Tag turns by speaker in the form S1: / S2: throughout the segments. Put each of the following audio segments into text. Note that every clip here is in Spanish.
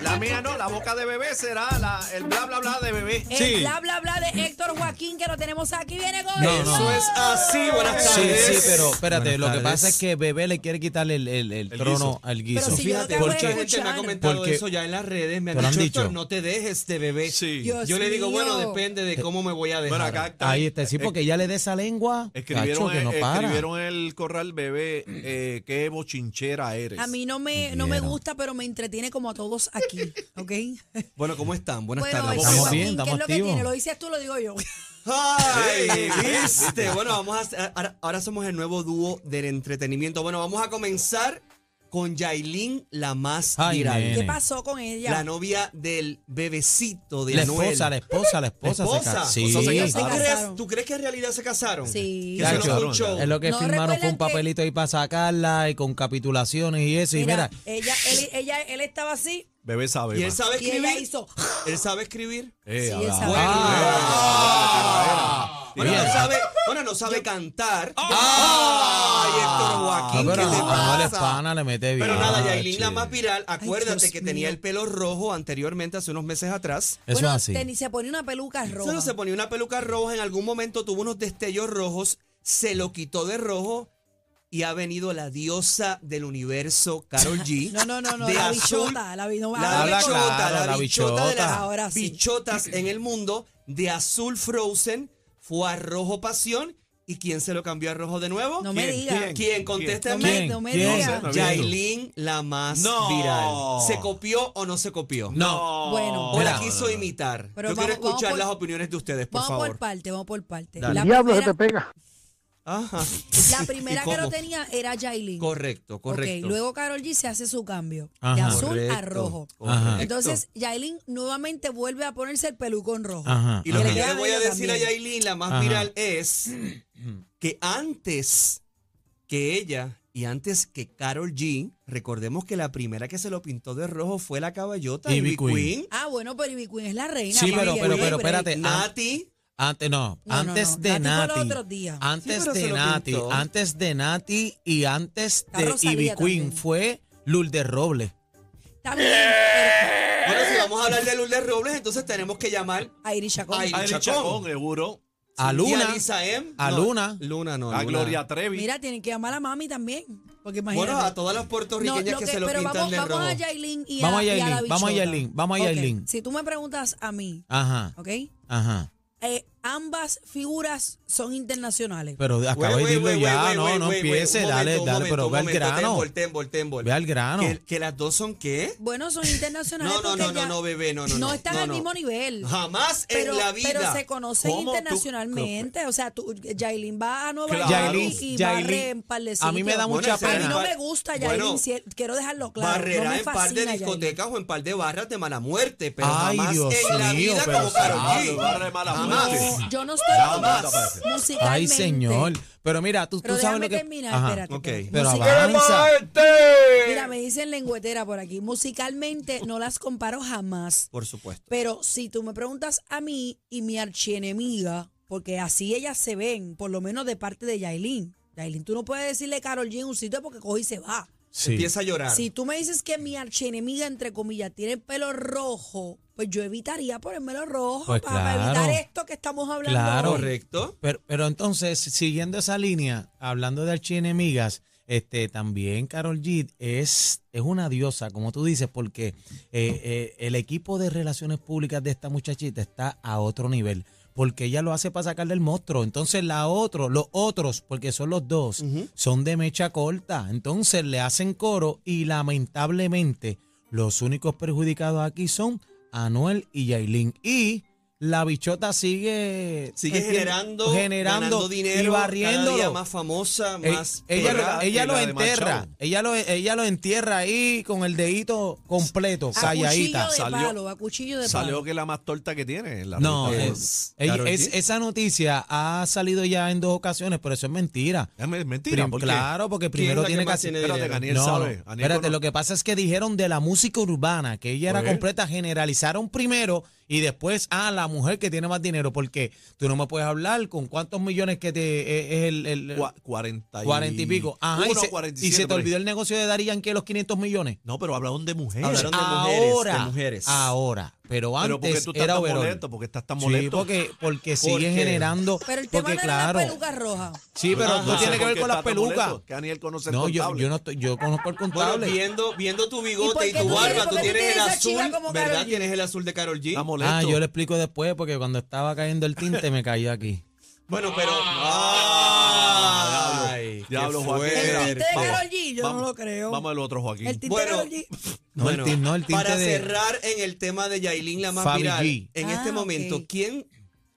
S1: la mía no, la boca de bebé será la, el bla bla bla de bebé.
S2: El
S3: Sí.
S2: bla bla bla de Héctor Joaquín que lo tenemos aquí viene con
S3: No,
S2: eso.
S1: Eso
S3: no.
S1: es así, buenas
S3: Sí,
S1: tardes.
S3: sí, pero espérate,
S4: Buenas
S3: lo que
S4: tardes.
S3: pasa es que Bebé le quiere quitarle el, el- el trono
S4: guiso.
S3: al guiso.
S2: Pero si yo no te
S4: Fíjate,
S2: voy a
S4: mucha gente me
S2: escuchar.
S4: ha comentado
S3: Porque-
S4: eso ya en las redes. Me
S3: ¿Te lo
S4: han
S3: han
S4: dicho, Héctor,
S3: dicho?
S4: no te dejes de bebé.
S1: Sí.
S2: Dios
S4: Yo le digo,
S2: mío.
S4: bueno, depende de cómo me voy a dejar.
S1: Bueno, acá está.
S3: Ahí está, sí, porque ya le dé esa lengua.
S1: Escribieron,
S3: cacho, que no
S1: eh,
S3: para.
S1: escribieron el corral bebé, eh, qué bochinchera eres.
S2: A mí no me, no me gusta, pero me entretiene como a todos aquí, ¿ok?
S4: Bueno, ¿cómo están? Buenas
S2: bueno,
S4: tardes.
S2: Héctor
S3: Estamos
S2: Joaquín,
S3: bien,
S2: ¿qué es
S3: estamos
S2: lo que
S3: activos.
S2: tiene? Lo dices tú, lo digo yo.
S4: ¡Ay! ¿Viste? Bueno, vamos a, hacer- ahora, ahora somos el nuevo dúo del entretenimiento. Bueno, vamos a comenzar con Yailin, la más
S3: Ay,
S4: viral.
S3: nene.
S2: ¿Qué pasó con ella?
S4: La novia del bebecito de
S3: La
S4: Anuel.
S3: esposa, la esposa, la esposa. se
S4: esposa.
S3: ca-
S4: O sea, se
S3: Sí.
S4: casaron. ¿Tú,
S2: casaron.
S4: crees, tú crees que en realidad se casaron?
S2: Sí.
S4: Que se
S3: Cacho,
S4: un show.
S3: Es lo que
S2: No,
S3: firmaron fue
S2: recuerdan
S3: un
S2: que-
S3: papelito ahí para sacarla y con capitulaciones y eso. Y mira,
S2: Ella, él, ella, él estaba así
S1: Bebé sabe.
S4: ¿Y él
S1: más.
S4: sabe
S2: y ella
S4: escribir?
S2: hizo.
S4: ¿Él sabe escribir?
S1: Eh,
S2: Sí,
S1: habla.
S2: él sabe.
S4: Bueno,
S1: Ah.
S4: bueno,
S3: Bien.
S4: no sabe, bueno, no sabe cantar.
S2: Ah.
S4: ¡Ay, Héctor
S3: no,
S4: Joaquín,
S3: pero
S4: Ah, ¿qué
S3: a
S4: le
S3: Anuel es
S4: pasa?
S3: pana, le mete bien. Ah,
S4: Pero nada, Yailin,
S3: che.
S4: la más viral, acuérdate
S2: Dios
S4: que tenía
S2: mío.
S4: el pelo rojo anteriormente, hace unos meses atrás.
S3: Eso
S2: bueno,
S3: es así.
S2: tenis- se pone una peluca roja.
S4: Solo se ponía una peluca roja, en algún momento tuvo unos destellos rojos, se lo quitó de rojo y ha venido la diosa del universo, Carol G.
S2: No, no, no, no,
S4: de
S2: la
S4: azul.
S2: bichota, la bi- no,
S4: la
S2: ahora
S4: bichota,
S3: claro,
S4: la
S3: la
S4: bichota de las
S3: bichota.
S2: Ahora sí.
S4: bichotas en el mundo, de azul Frozen, fue a rojo pasión. ¿Y quién se lo cambió a rojo de nuevo?
S2: No me
S1: ¿Quién?
S2: digas.
S1: ¿Quién?
S4: ¿Quién?
S2: No
S4: Contéstame.
S2: me,
S3: ¿Quién?
S2: no me
S3: ¿Quién?
S2: digas.
S1: No,
S4: Yailin, la más
S1: No.
S4: viral. ¿Se copió o no se copió?
S3: No.
S2: Bueno.
S4: O
S3: Mira.
S4: la quiso imitar.
S2: Pero
S4: Yo
S2: vamos-
S4: quiero escuchar
S2: vamos por-
S4: las opiniones de ustedes, por
S2: Vamos por
S4: favor.
S2: parte, vamos por parte.
S1: Dale.
S2: La
S5: Diablo, se te pega.
S2: primera,
S4: Ajá.
S2: la primera
S4: ¿Y
S2: que lo
S4: cómo?
S2: tenía era Jailin.
S4: Correcto, correcto.
S2: Ok, luego Carol G se hace su cambio de
S3: Ajá.
S2: azul a
S4: Correcto,
S2: rojo.
S4: correcto.
S2: Entonces, Yailin nuevamente vuelve a ponerse el pelucón rojo.
S3: Ajá.
S4: Y lo
S2: le
S4: que yo
S2: queda
S4: le voy a
S2: bello
S4: decir a
S2: también.
S4: Yailin, la más
S3: Ajá.
S4: viral, es que antes que ella y antes que Carol G, recordemos que la primera que se lo pintó de rojo fue la caballota
S3: Ivy
S4: Ivy Queen.
S3: Queen.
S2: Ah, bueno, pero Ivy Queen es la reina.
S3: Sí,
S2: papi,
S3: pero-
S2: ahí
S3: pero-
S2: no hay
S3: pero
S2: break.
S3: espérate. ah.
S4: Nati.
S3: Antes, no,
S2: No,
S3: antes
S2: no, no.
S3: de
S2: Nati fue
S3: Nati.
S2: el otro día.
S3: Antes
S4: Sí, pero se
S3: de
S4: lo
S3: Nati,
S4: pintó.
S3: antes de Nati y antes
S2: Está
S3: de
S2: Rosalía
S3: Ivy
S2: también.
S3: Queen fue Lourdes Robles.
S2: Está bien, pero
S4: Bueno, si vamos a hablar de Lourdes Robles, entonces tenemos que llamar
S2: a Iris Chacón.
S4: Ay,
S1: Ah, el
S4: Chacón.
S1: Chacón, seguro.
S3: A
S4: y
S3: Luna.
S4: a Lisa M.
S3: a
S4: No,
S3: Luna.
S4: Luna no.
S1: A
S4: Luna.
S1: Gloria Trevi.
S2: Mira, tienen que llamar a mami también. Porque imagínate.
S4: Bueno, a todas las puertorriqueñas
S2: No, lo
S4: que,
S2: que-
S4: se lo
S2: pero
S4: pintan
S2: vamos,
S4: de
S2: vamos
S4: rojo.
S2: a Yailin y
S3: Vamos
S2: a,
S3: a
S2: y la
S3: Yailin, vamos a
S2: bichota.
S3: Yailin, vamos a
S2: Ok,
S3: Yailin.
S2: Si tú me preguntas a mí,
S3: Ajá,
S2: ¿ok?
S3: ajá.
S2: Eh, ambas figuras son internacionales.
S3: Pero acaba
S4: Güey,
S3: de
S4: güey,
S3: decirlo
S4: güey,
S3: ya,
S4: güey,
S3: no,
S4: güey,
S3: no
S4: güey, güey,
S3: empiece,
S4: un
S3: dale,
S4: momento, un
S3: dale, pero
S4: momento,
S3: ve al
S4: un momento,
S3: grano.
S4: tembol, tembol, tembol.
S3: Ve al grano.
S4: ¿Que, que las dos son qué?
S2: Bueno, son internacionales.
S4: No, no,
S2: porque
S4: no, no,
S2: ya
S4: no, bebé, no, no, no,
S2: están
S4: no,
S2: al
S4: no.
S2: mismo nivel.
S4: Jamás
S2: Pero,
S4: en la vida.
S2: pero se conocen
S1: ¿Cómo tú-
S2: internacionalmente. O sea, tú, Yailin va a Nueva
S1: Claro.
S2: York
S3: Yailin,
S2: y
S3: Yailin,
S2: barre en par de
S3: a mí me
S2: sitios.
S3: da
S4: Bueno,
S3: mucha
S4: ese
S2: A mí
S4: era-
S3: pena.
S2: no me gusta Yailin.
S4: Bueno,
S2: si- quiero dejarlo claro. no
S4: Barrerá
S2: me
S4: en par de
S2: fascina Yailin.
S4: discotecas o en par de barras de mala muerte, pero
S3: Ay,
S4: jamás
S3: Dios
S4: en la
S3: mío,
S4: vida
S3: pero
S4: como Karol
S1: sabe,
S4: G.
S1: barra de mala
S4: Jamás.
S1: muerte.
S2: No, yo no estoy
S1: Jamás.
S2: musicalmente.
S3: Ay, señor. Pero mira, tú,
S2: Pero
S3: tú sabes
S2: déjame
S3: lo que.
S2: terminar,
S3: Ajá.
S2: espérate.
S4: ok.
S2: espérate.
S3: Pero
S2: Musical-
S3: avanza.
S2: Mira, me dicen lengüetera por aquí. Musicalmente no las comparo jamás.
S4: Por supuesto.
S2: Pero si tú me preguntas a mí y mi archienemiga, porque así ellas se ven, por lo menos de parte de Yailin. Yailin, tú no puedes decirle Carol G en un sitio porque coge y se va.
S3: Sí.
S4: Empieza a llorar.
S2: Si tú me dices que mi archienemiga, entre comillas, tiene el pelo rojo, pues yo evitaría ponérmelo rojo
S3: Pues
S2: para
S3: claro.
S2: evitar esto que estamos hablando.
S3: Claro.
S2: hoy.
S4: Correcto.
S3: Pero, pero entonces, siguiendo esa línea, hablando de archienemigas, este, también Carol G es, es una diosa, como tú dices, porque eh, eh, el equipo de relaciones públicas de esta muchachita está a otro nivel. Porque ella lo hace para sacarle el monstruo. Entonces la otro, los otros, porque son los dos, son de mecha corta. Entonces le hacen coro y lamentablemente los únicos perjudicados aquí son Anuel y Yailin. Y la bichota sigue
S4: Sigue
S3: ¿entiendes?
S4: generando, ganando
S3: generando
S4: dinero,
S3: y barriendo Eh,
S4: cada día más famosa, más
S3: ella lo,
S4: pegada.
S3: ella
S1: que
S3: lo
S1: la de
S3: enterra
S1: Machado.
S3: ella lo ella lo entierra ahí con el dedito completo
S2: A
S3: calladita
S2: cuchillo de
S1: Salió-
S2: palo, a cuchillo de
S1: Salió
S2: palo.
S1: que la más torta que tiene. La
S3: no
S1: ruta.
S3: es- ella-
S1: Karol
S3: es-
S1: G.
S3: esa noticia ha salido ya en dos ocasiones pero eso es mentira
S1: Es me- mentira.
S3: Prim-
S1: ¿por qué?
S3: claro porque
S4: ¿Quién es
S3: primero
S4: la que
S3: tiene que
S4: más
S3: hacer
S4: tiene
S1: Espérate,
S4: dinero?
S1: Daniel
S3: No,
S1: sabe.
S3: no,
S1: Daniel
S3: espérate,
S1: cono-
S3: lo que pasa es que dijeron de la música urbana, que ella era
S1: Pues.
S3: completa, generalizaron primero Y después, ah, la mujer que tiene más dinero, porque tú no me puedes hablar con cuántos millones que te eh, es el, el-
S1: Cua- 40 y,
S3: 40 y pico. Ajá, y,
S1: Uno,
S3: se,
S1: 47
S3: y se te
S1: por ahí.
S3: olvidó el negocio de Dari Yankee de los 500 millones.
S1: No, pero hablaron de mujeres.
S4: Hablaron de mujeres, de mujeres.
S3: Ahora,
S1: pero
S3: pero
S1: porque
S3: antes
S1: tú estás
S3: era
S1: tan
S3: overall.
S1: molesto, porque estás tan
S3: Sí,
S1: molesto.
S3: porque, porque sigue
S4: qué?
S3: generando.
S2: Pero el tema
S3: porque,
S2: no era
S3: claro,
S2: la peluca roja.
S3: Sí, pero
S4: Ajá.
S3: no tiene que
S1: ¿Por
S3: ver
S1: qué
S3: con las
S1: estás tan
S3: pelucas.
S1: molesto? Que Aniel conoce el
S3: No, yo,
S1: contable.
S3: yo no estoy, yo conozco el
S4: Bueno,
S3: contable. Ah,
S4: viendo, viendo tu bigote
S2: por
S4: y,
S2: qué
S4: tu
S2: tú tienes- por
S4: barba,
S2: qué
S4: tú
S2: tú
S4: tienes el
S2: tienes esa
S4: azul,
S2: chiva como Karol
S4: ¿verdad?
S2: G?
S4: Tienes el azul de Carol G.
S1: Está molesto.
S3: ah, yo le explico después porque cuando estaba cayendo el tinte me caí aquí.
S4: Bueno, pero.
S1: Ah,
S4: Ay,
S1: diablo, diablo,
S4: qué
S1: Joaquín.
S4: fuerte.
S2: El tinte de
S1: vamos,
S2: Karol G, yo
S1: vamos,
S2: no lo creo.
S1: Vamos al otro, Joaquín.
S2: El tinte de
S4: Bueno,
S2: Karol G.
S3: No, el tin- no, el tinte
S4: para
S3: de-
S4: cerrar en el tema de Yailin, la más
S3: Fabi
S4: viral,
S3: G.
S4: en este
S2: Ah,
S4: momento,
S2: ok.
S4: ¿quién,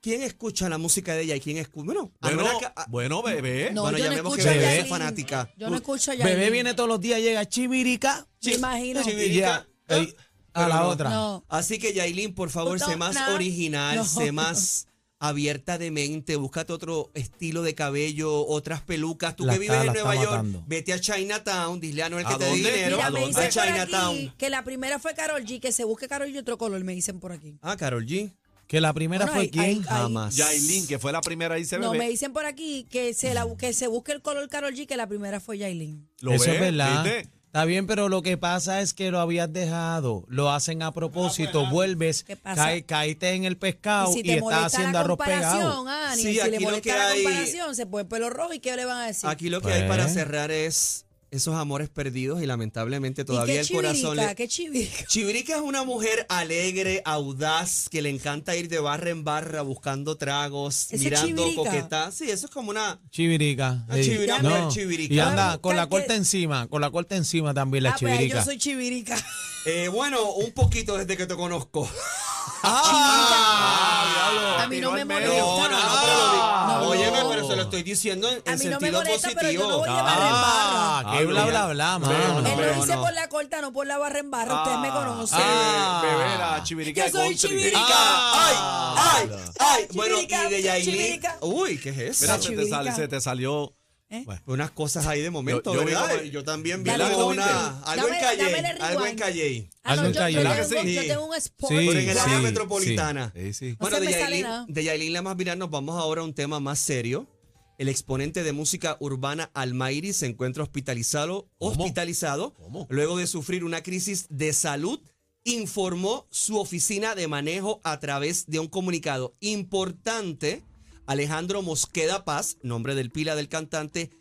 S4: ¿quién escucha la música de ella y quién escucha? Bueno,
S1: bueno,
S4: Anuela Ca- ah,
S1: bueno, bebé.
S2: No,
S4: bueno,
S2: yo no
S4: llamemos que
S2: escucho a
S3: bebé es
S2: Yailin.
S4: fanática.
S2: Yo no escucho a Yailin.
S3: Bebé viene todos los días, llega chivirica
S2: Me imagino.
S4: Sí,
S3: y ya.
S4: Ah,
S3: ey, a
S4: pero
S3: la
S4: no.
S3: otra.
S2: No.
S4: Así que Yailin, por favor,
S2: No,
S4: sé más
S2: no.
S4: original,
S2: No.
S4: sé más abierta de mente, búscate otro estilo de cabello, otras pelucas. Tú
S3: La
S4: que
S3: está-
S4: vives en
S3: la
S4: Nueva
S3: está
S4: York,
S3: matando.
S4: vete a Chinatown, dile a Noel
S1: ¿A
S4: que te dé
S1: dónde?
S4: dinero,
S2: Mira,
S1: ¿a
S2: me
S1: dónde?
S4: a
S2: dicen por aquí
S4: Chinatown.
S2: que la primera fue Carol G, que se busque Carol G otro color, me dicen por aquí.
S4: Ah, Carol G.
S3: Que la primera
S2: Bueno,
S3: fue
S2: ahí-
S3: quién.
S2: ahí- ahí-
S4: Jamás.
S1: Yailin, que fue la primera, dice
S2: No,
S1: bebé.
S2: me dicen por aquí que se, la, que se busque el color Carol G, que la primera fue Yailin.
S1: ¿Lo
S3: Eso
S1: ve?
S3: es verdad.
S1: ¿Viste?
S3: Está bien, pero lo que pasa es que lo habías dejado. Lo hacen a propósito. Vuelves,
S2: Ah, ¿Qué pasa?
S3: cae, caíste en el pescado
S4: Ah,
S2: y
S3: y,
S2: si te
S3: estás
S2: molesta
S3: haciendo
S2: la
S3: arroz
S2: comparación, ah.
S3: pegado.
S2: Ani,
S4: Sí,
S2: si
S4: aquí
S2: le
S4: lo
S2: molesta
S4: que
S2: la
S4: hay-
S2: comparación, se pone el pelo rojo y ¿qué le van a decir?
S4: Aquí lo que
S3: Pues.
S4: hay para cerrar es esos amores perdidos y lamentablemente
S2: ¿Y
S4: todavía
S2: qué
S4: el corazón
S2: chivirica?
S4: le...
S2: ¿Qué chivirica?
S4: Chivirica es una mujer alegre, audaz, que le encanta ir de barra en barra buscando tragos,
S2: Ese es
S4: mirando
S2: Chivirica.
S4: coquetas. Sí, eso es como una...
S3: Chivirica.
S4: Ah,
S3: ey.
S4: chivirica,
S3: No,
S4: el chivirica.
S3: Y anda con la
S2: Buscar que-
S3: corta encima, con la corta encima también la
S2: Ah, pues ahí
S3: chivirica.
S2: yo soy chivirica.
S4: Eh, bueno, un poquito desde que te conozco. Ah,
S2: a mí no me
S1: tiró al
S2: molesta.
S1: medio.
S4: No, no, no,
S2: No,
S4: pero,
S2: no.
S4: óyeme, pero se lo estoy diciendo en,
S2: A
S4: en
S2: mí no me
S4: sentido
S2: molesta, pero yo no
S4: positivo.
S2: voy de barra en barra.
S3: Ah, que bla, bla, bla, mano.
S2: Él
S4: pero
S2: lo dice
S4: no.
S2: por la corta, no por la barra en barra. Ustedes me conocen.
S1: Ah, bebé, bebé,
S3: Ah.
S1: la chivirica
S2: Yo soy
S1: country.
S2: chivirica.
S4: Ah, ay, ay, ay. Bueno,
S2: Chivirica,
S4: y de Yailin.
S2: chivirica.
S4: Uy, ¿qué es
S1: Mira,
S4: eso?
S2: La
S1: se te,
S2: chivirica.
S1: sale- se te salió.
S4: Unas cosas ahí de momento,
S1: Yo- yo vi
S4: ¿verdad?
S1: como-
S4: Y yo también vi
S2: Dale,
S4: como
S2: Robin,
S4: una,
S2: dame-
S4: algo en
S2: dame
S4: Calle,
S2: el
S4: algo en
S2: rewind.
S4: Calle.
S2: Ah, no,
S3: Algo
S2: yo,
S3: en
S2: yo
S3: calle.
S2: tengo,
S3: ¿Verdad
S1: que sí?
S2: yo tengo un sport.
S3: Sí.
S4: Pero en el área
S3: sí.
S4: metropolitana. Bueno,
S2: se
S4: de
S2: me sale
S4: Yailin,
S2: nada.
S4: de Yailin la más viral nos vamos ahora a un tema más serio. El exponente de música urbana Almairi se encuentra hospitalizado, hospitalizado
S1: ¿Cómo?
S4: luego de sufrir una crisis de salud, informó su oficina de manejo a través de un comunicado importante. Alejandro Mosqueda Paz, nombre del pila del cantante,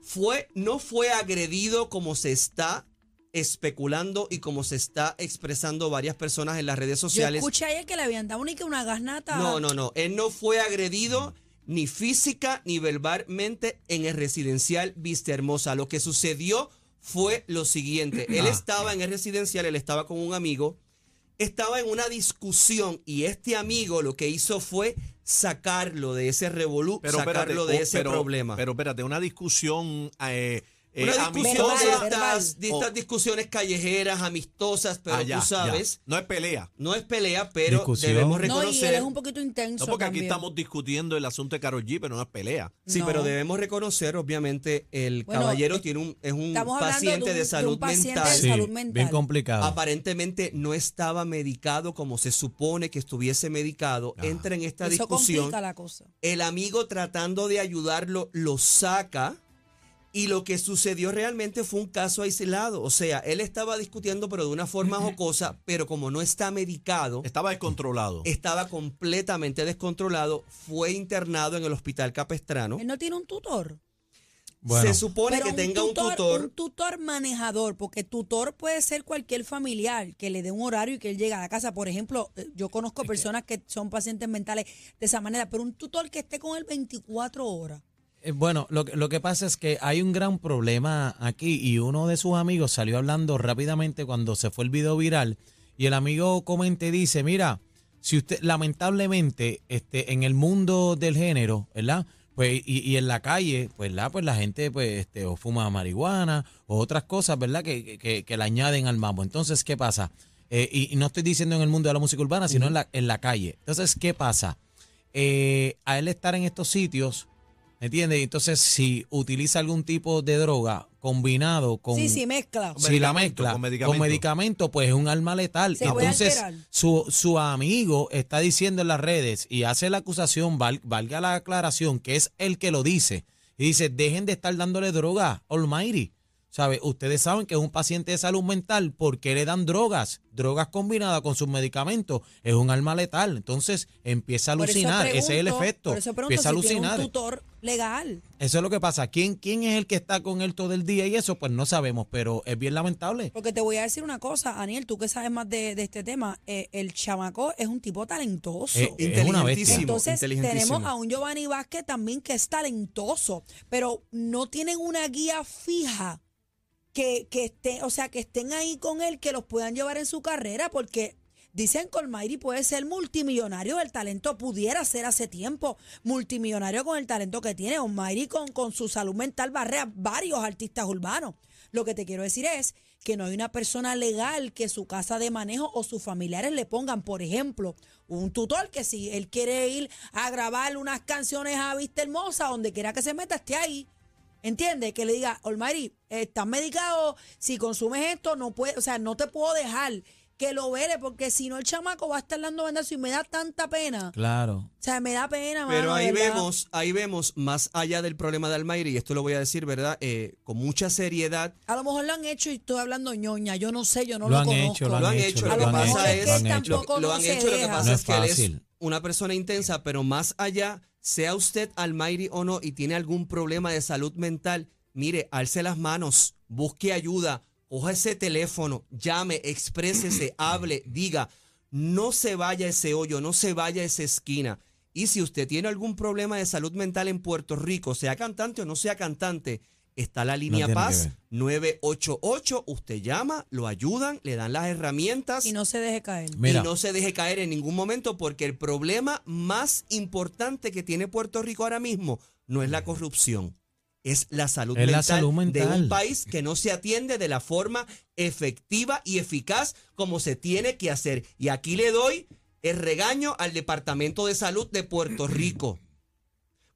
S4: fue, no fue agredido como se está especulando y como se está expresando varias personas en las redes
S2: Yo
S4: sociales.
S2: escuché ayer que le habían dado una, una gasnata.
S4: No, no, no. Él no fue agredido ni física ni verbalmente en el residencial Vista Hermosa. Lo que sucedió fue lo siguiente.
S1: Ah.
S4: Él estaba en el residencial, él estaba con un amigo, estaba en una discusión y este amigo lo que hizo fue sacarlo de ese revolú,
S1: Pero espérate,
S4: sacarlo
S1: oh,
S4: de ese
S1: pero-
S4: problema.
S1: Pero espérate, una discusión. eh, eh,
S4: una discusión
S1: amistosa.
S4: de
S2: Verbal,
S4: estas, de
S1: verbal.
S4: estas discusiones callejeras, amistosas, pero
S1: Ah, ya,
S4: tú sabes,
S1: ya. No es pelea.
S4: no es pelea, pero
S3: Discusión.
S2: No,
S4: debemos
S2: y
S4: reconocer.
S2: él es un poquito intenso.
S1: No, porque aquí
S2: también.
S1: estamos discutiendo el asunto de Karol G, pero no es pelea.
S4: Sí,
S2: No.
S4: pero debemos reconocer, obviamente, el
S2: Bueno, eh,
S4: caballero tiene un, es un
S2: estamos hablando de
S4: paciente de,
S2: un- de un
S4: salud
S2: paciente
S4: mental.
S2: de
S3: Sí,
S2: salud mental.
S3: bien complicado.
S4: Aparentemente no estaba medicado como se supone que estuviese medicado. Entra en esta
S2: Eso
S4: discusión.
S2: complica la cosa.
S4: El amigo tratando de ayudarlo lo saca. Y lo que sucedió realmente fue un caso aislado. O sea, él estaba discutiendo, pero de una forma jocosa, pero como no está medicado,
S1: Estaba descontrolado.
S4: estaba completamente descontrolado, fue internado en el hospital capestrano.
S2: Él no tiene un tutor.
S3: Bueno,
S4: se supone que
S2: un
S4: tenga un
S2: Un
S4: tutor.
S2: tutor manejador, porque tutor puede ser cualquier familiar que le dé un horario y que él llegue a la casa. Por ejemplo, eh, yo conozco personas que son pacientes mentales de esa manera, pero un tutor que esté con él 24 horas.
S3: eh, bueno lo, que- lo que pasa es que hay un gran problema aquí y uno de sus amigos salió hablando rápidamente cuando se fue el video viral y el amigo comenta y dice, mira, si usted, lamentablemente, este, en el mundo del género, ¿verdad? Pues, y, y en la calle, pues, ¿verdad? pues la gente pues, este, o fuma marihuana o otras cosas, ¿verdad? Que, que- que, que le añaden al mambo. Entonces, ¿qué pasa? Eh, y, y no estoy diciendo en el mundo de la música urbana, sino en, la, en la calle. Entonces, ¿qué pasa? Eh, a él estar en estos sitios, ¿me entiendes? Entonces, si utiliza algún tipo de droga, combinado con...
S2: Sí, sí, mezcla.
S1: Con
S3: Si
S1: medicamento,
S3: la mezcla
S1: con
S3: con medicamento.
S1: medicamento.
S3: pues es un arma letal.
S2: Se puede
S3: Entonces,
S2: alterar.
S3: su, su amigo está diciendo en las redes y hace la acusación, val- valga la aclaración, que es el que lo dice. Y dice, dejen de estar dándole droga, Almighty. ¿Sabe? Ustedes saben que es un paciente de salud mental porque le dan drogas, drogas combinadas con sus medicamentos. Es un arma letal. Entonces empieza a
S2: Por eso
S3: alucinar. Ese es el
S2: pregunto-
S3: efecto.
S2: Por eso pregunto
S3: Empieza a
S2: si tiene
S3: alucinar.
S2: un tutor legal.
S3: Eso es lo que pasa. ¿Quién, ¿Quién es el que está con él todo el día y eso? Pues no sabemos, pero es bien lamentable.
S2: Porque te voy a decir una cosa, Aniel, tú que sabes más de, de este tema, eh, el chamaco es un tipo talentoso.
S3: Eh, eh, Es una bestia.
S2: Entonces
S4: inteligentísimo.
S2: tenemos a un Giovanni Vázquez también que es talentoso, pero no tienen una guía fija que, que esté, o sea, que estén ahí con él, que los puedan llevar en su carrera, porque dicen que Almighty puede ser multimillonario del talento, pudiera ser hace tiempo multimillonario con el talento que tiene. Almighty con, con su salud mental barrea varios artistas urbanos. Lo que te quiero decir es que no hay una persona legal que su casa de manejo o sus familiares le pongan, por ejemplo, un tutor que si él quiere ir a grabar unas canciones a Vista Hermosa, donde quiera que se meta, esté ahí. ¿Entiendes? Que le diga, Olmari, estás medicado, si consumes esto, no puede, o sea, no te puedo dejar que lo vele, porque si no el chamaco va a estar dando vendazo y me da tanta pena.
S3: Claro.
S2: O sea, me da pena,
S4: Pero
S2: mano,
S4: ahí
S2: ¿verdad?
S4: vemos, ahí vemos, más allá del problema de Almayri, y esto lo voy a decir, ¿verdad? Eh, con mucha seriedad,
S2: A lo mejor lo han hecho y estoy hablando ñoña, yo no sé, yo no
S3: Lo
S2: lo,
S3: han
S2: conozco.
S3: hecho,
S4: lo, han hecho, lo,
S2: lo
S4: que
S2: han
S4: pasa
S2: hecho, lo
S4: es
S2: han hecho.
S4: lo,
S2: Tampoco
S4: lo han
S2: no se
S4: hecho, lo que
S2: deja.
S4: pasa
S3: No
S4: es,
S3: es
S4: que él es
S3: fácil.
S4: una persona intensa, pero más allá, sea usted Almayri o no y tiene algún problema de salud mental, mire, alce las manos, busque ayuda, coja ese teléfono, llame, exprésese, hable, diga, no se vaya a ese hoyo, no se vaya a esa esquina. Y si usted tiene algún problema de salud mental en Puerto Rico, sea cantante o no sea cantante, está la línea
S3: tiene que
S4: Paz
S3: ver.
S4: 988. Usted llama, lo ayudan, le dan las herramientas
S2: Y no se deje caer.
S3: Mira.
S4: y no se deje caer en ningún momento porque el problema más importante que tiene Puerto Rico ahora mismo no es la corrupción, es la salud,
S3: Es la
S4: mental,
S3: salud mental.
S4: de un país que no se atiende de la forma efectiva y eficaz como se tiene que hacer. Y aquí le doy el regaño al Departamento de Salud de Puerto Rico.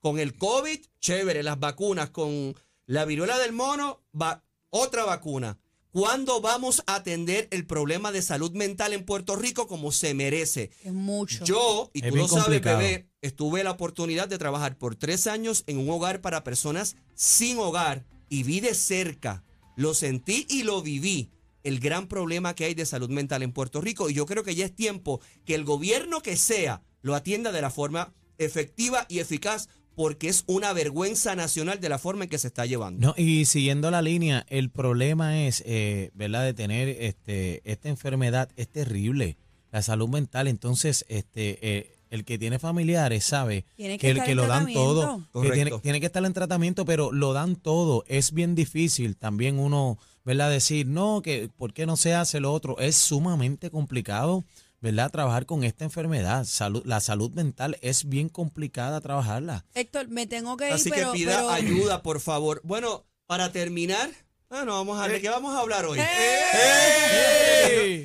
S4: Con el COVID, chévere, las vacunas, con la viruela del mono, va- otra vacuna. ¿Cuándo vamos a atender el problema de salud mental en Puerto Rico como se merece?
S2: Es mucho.
S4: Yo, y
S3: Es
S4: tú
S3: bien
S4: lo sabes,
S3: complicado.
S4: bebé, estuve la oportunidad de trabajar por tres años en un hogar para personas sin hogar y vi de cerca, lo sentí y lo viví, el gran problema que hay de salud mental en Puerto Rico. Y yo creo que ya es tiempo que el gobierno que sea lo atienda de la forma efectiva y eficaz porque es una vergüenza nacional de la forma en que se está llevando.
S3: No, y siguiendo la línea, el problema es, eh, ¿verdad?, de tener este, esta enfermedad es terrible, la salud mental. Entonces, este, eh, el que tiene familiares sabe
S2: Tiene que
S3: que el
S2: estar
S3: que
S2: en
S3: lo dan todo,
S2: tratamiento.
S3: que tiene,
S4: Correcto.
S3: tiene que estar en tratamiento, pero lo dan todo. Es bien difícil también uno, ¿verdad?, decir, no, que ¿por qué no se hace lo otro? Es sumamente complicado. ¿Verdad? Trabajar con esta enfermedad. Salud, la salud mental es bien complicada trabajarla.
S2: Héctor, me tengo que ir,
S4: Así
S2: pero,
S4: que pida
S2: pero-
S4: ayuda, por favor. Bueno, para terminar, bueno, vamos a ¿de qué vamos a hablar hoy? ¡Eh!
S2: ¡Eh!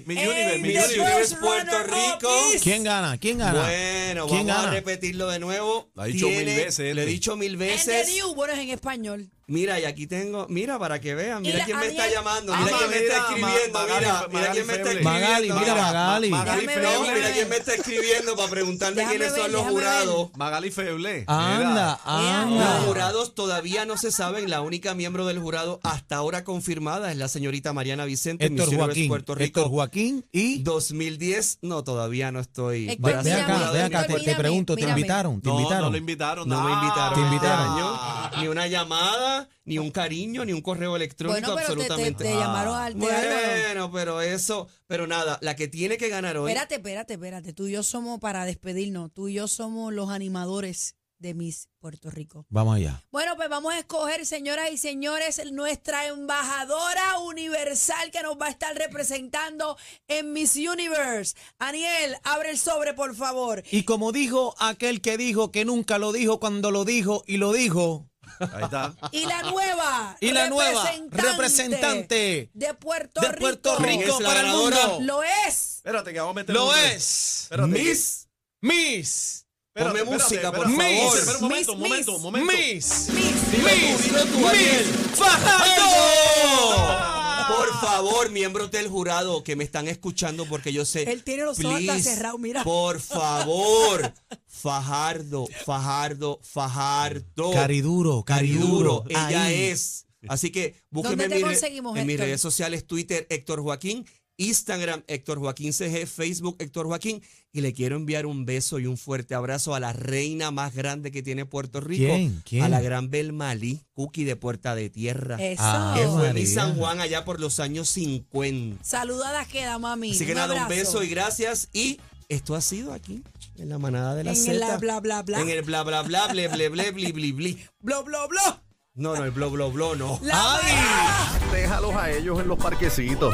S1: Mi
S2: Ey,
S1: Universe, mi
S4: Mi
S2: the
S1: Universe.
S4: Universe
S2: first
S4: Puerto
S2: runner-up
S4: Rico.
S2: is-
S3: ¿Quién gana? ¿Quién gana?
S4: Bueno,
S3: ¿Quién
S4: vamos a
S3: gana?
S4: repetirlo de nuevo.
S1: Lo ha dicho mil veces,
S4: Le he
S1: este.
S4: dicho mil
S2: And the
S4: veces.
S2: new, bueno, es en español.
S4: Mira, y aquí tengo, mira para que vean, mira
S2: Mira,
S4: quién me está
S2: Ariel.
S4: llamando,
S1: Ah,
S4: mira quién me está
S1: mira,
S4: escribiendo,
S1: Ma-
S4: mira,
S1: Magali-
S4: mira quién me está
S1: Magali
S4: escribiendo.
S3: Magali, mira, Magali.
S1: Magali
S2: Déjame ver.
S4: No, mira
S1: Feble.
S4: quién me está escribiendo para preguntarme
S2: Déjame
S4: quiénes
S2: ver,
S4: son los
S2: déjame ver.
S4: jurados.
S1: Magali Feble.
S3: Anda,
S4: Los
S3: anda.
S4: jurados todavía no se saben. La única miembro del jurado hasta ahora confirmada es la señorita Mariana Vicente, Miss
S3: Héctor
S4: Universe
S3: Joaquín,
S4: Puerto
S3: Héctor
S4: Rico.
S3: Joaquín y...
S4: 2010, no, todavía no estoy.
S2: Héctor,
S4: para
S3: Ve, ve
S4: ser
S2: Mírame,
S3: acá,
S4: jurado
S3: ve
S4: de
S3: acá,
S4: Miss
S3: te, te
S4: Puerto Rico.
S3: pregunto, ¿te
S2: mírame.
S3: invitaron? ¿Te
S1: No, no
S3: invitaron? ah,
S1: lo invitaron. Ah,
S4: No me invitaron.
S3: Te
S4: este
S3: invitaron.
S4: año. ni una llamada, ni un cariño, ni un correo electrónico,
S2: Bueno, pero te- te,
S4: absolutamente.
S2: te llamaron al te hablaron.
S4: bueno, pero eso, pero nada, la que tiene que ganar hoy.
S2: Espérate, espérate, espérate. Tú y yo somos, para despedirnos, tú y yo somos los animadores de Miss Puerto Rico.
S3: Vamos allá.
S2: Bueno, pues vamos a escoger, señoras y señores, nuestra embajadora universal que nos va a estar representando en Miss Universe. Aniel, abre el sobre, por favor.
S3: Y como dijo aquel que dijo que nunca lo dijo cuando lo dijo y lo dijo.
S1: Ahí está.
S2: Y la nueva.
S3: Y la nueva representante
S2: de Puerto
S3: De
S2: Rico.
S3: Puerto Rico
S4: Es la
S3: para el
S4: ganadora.
S3: mundo.
S2: Lo es.
S1: Espérate que vamos a meter.
S3: Lo
S1: un-
S3: es.
S1: Espérate.
S4: Miss,
S3: Miss.
S1: Espérate,
S4: Ponme
S1: espérate,
S4: música, por
S1: espérate.
S3: favor.
S1: Espera un momento,
S2: Miss,
S1: un momento,
S2: Miss.
S1: un momento.
S3: Miss.
S2: Miss.
S4: Fajardo. Por favor, miembros del jurado que me están escuchando porque yo sé.
S2: Él tiene los ojos hasta cerrados, mira.
S4: Por favor, Fajardo, Fajardo, Fajardo.
S3: Cariduro, cariduro.
S4: Ella
S3: ahí.
S4: es. Así que búsqueme
S2: ¿Dónde
S4: en,
S2: te
S4: mi re-
S2: conseguimos,
S4: en mis
S2: Héctor?
S4: redes sociales, Twitter, Héctor Joaquín, Instagram, Héctor Joaquín CG, Facebook, Héctor Joaquín. Y le quiero enviar un beso y un fuerte abrazo a la reina más grande que tiene Puerto Rico.
S3: ¿Quién? ¿Quién?
S4: A la gran Belmalí, Cookie de Puerta de Tierra.
S2: Eso.
S3: Ah,
S4: Que fue mi
S3: María.
S4: San Juan allá por los años 50.
S2: Saludadas queda, mami.
S4: Así que
S2: Un
S4: nada, un
S2: abrazo.
S4: beso y gracias. Y esto ha sido aquí, en la manada de la
S2: En
S4: Zeta.
S2: el la bla, bla, bla.
S4: En el bla bla bla, ble ble ble, bli bli bli.
S2: Blo, blo, blo.
S4: No, no, el blo blo blo no.
S2: La manada.
S6: Déjalos a ellos en los parquecitos.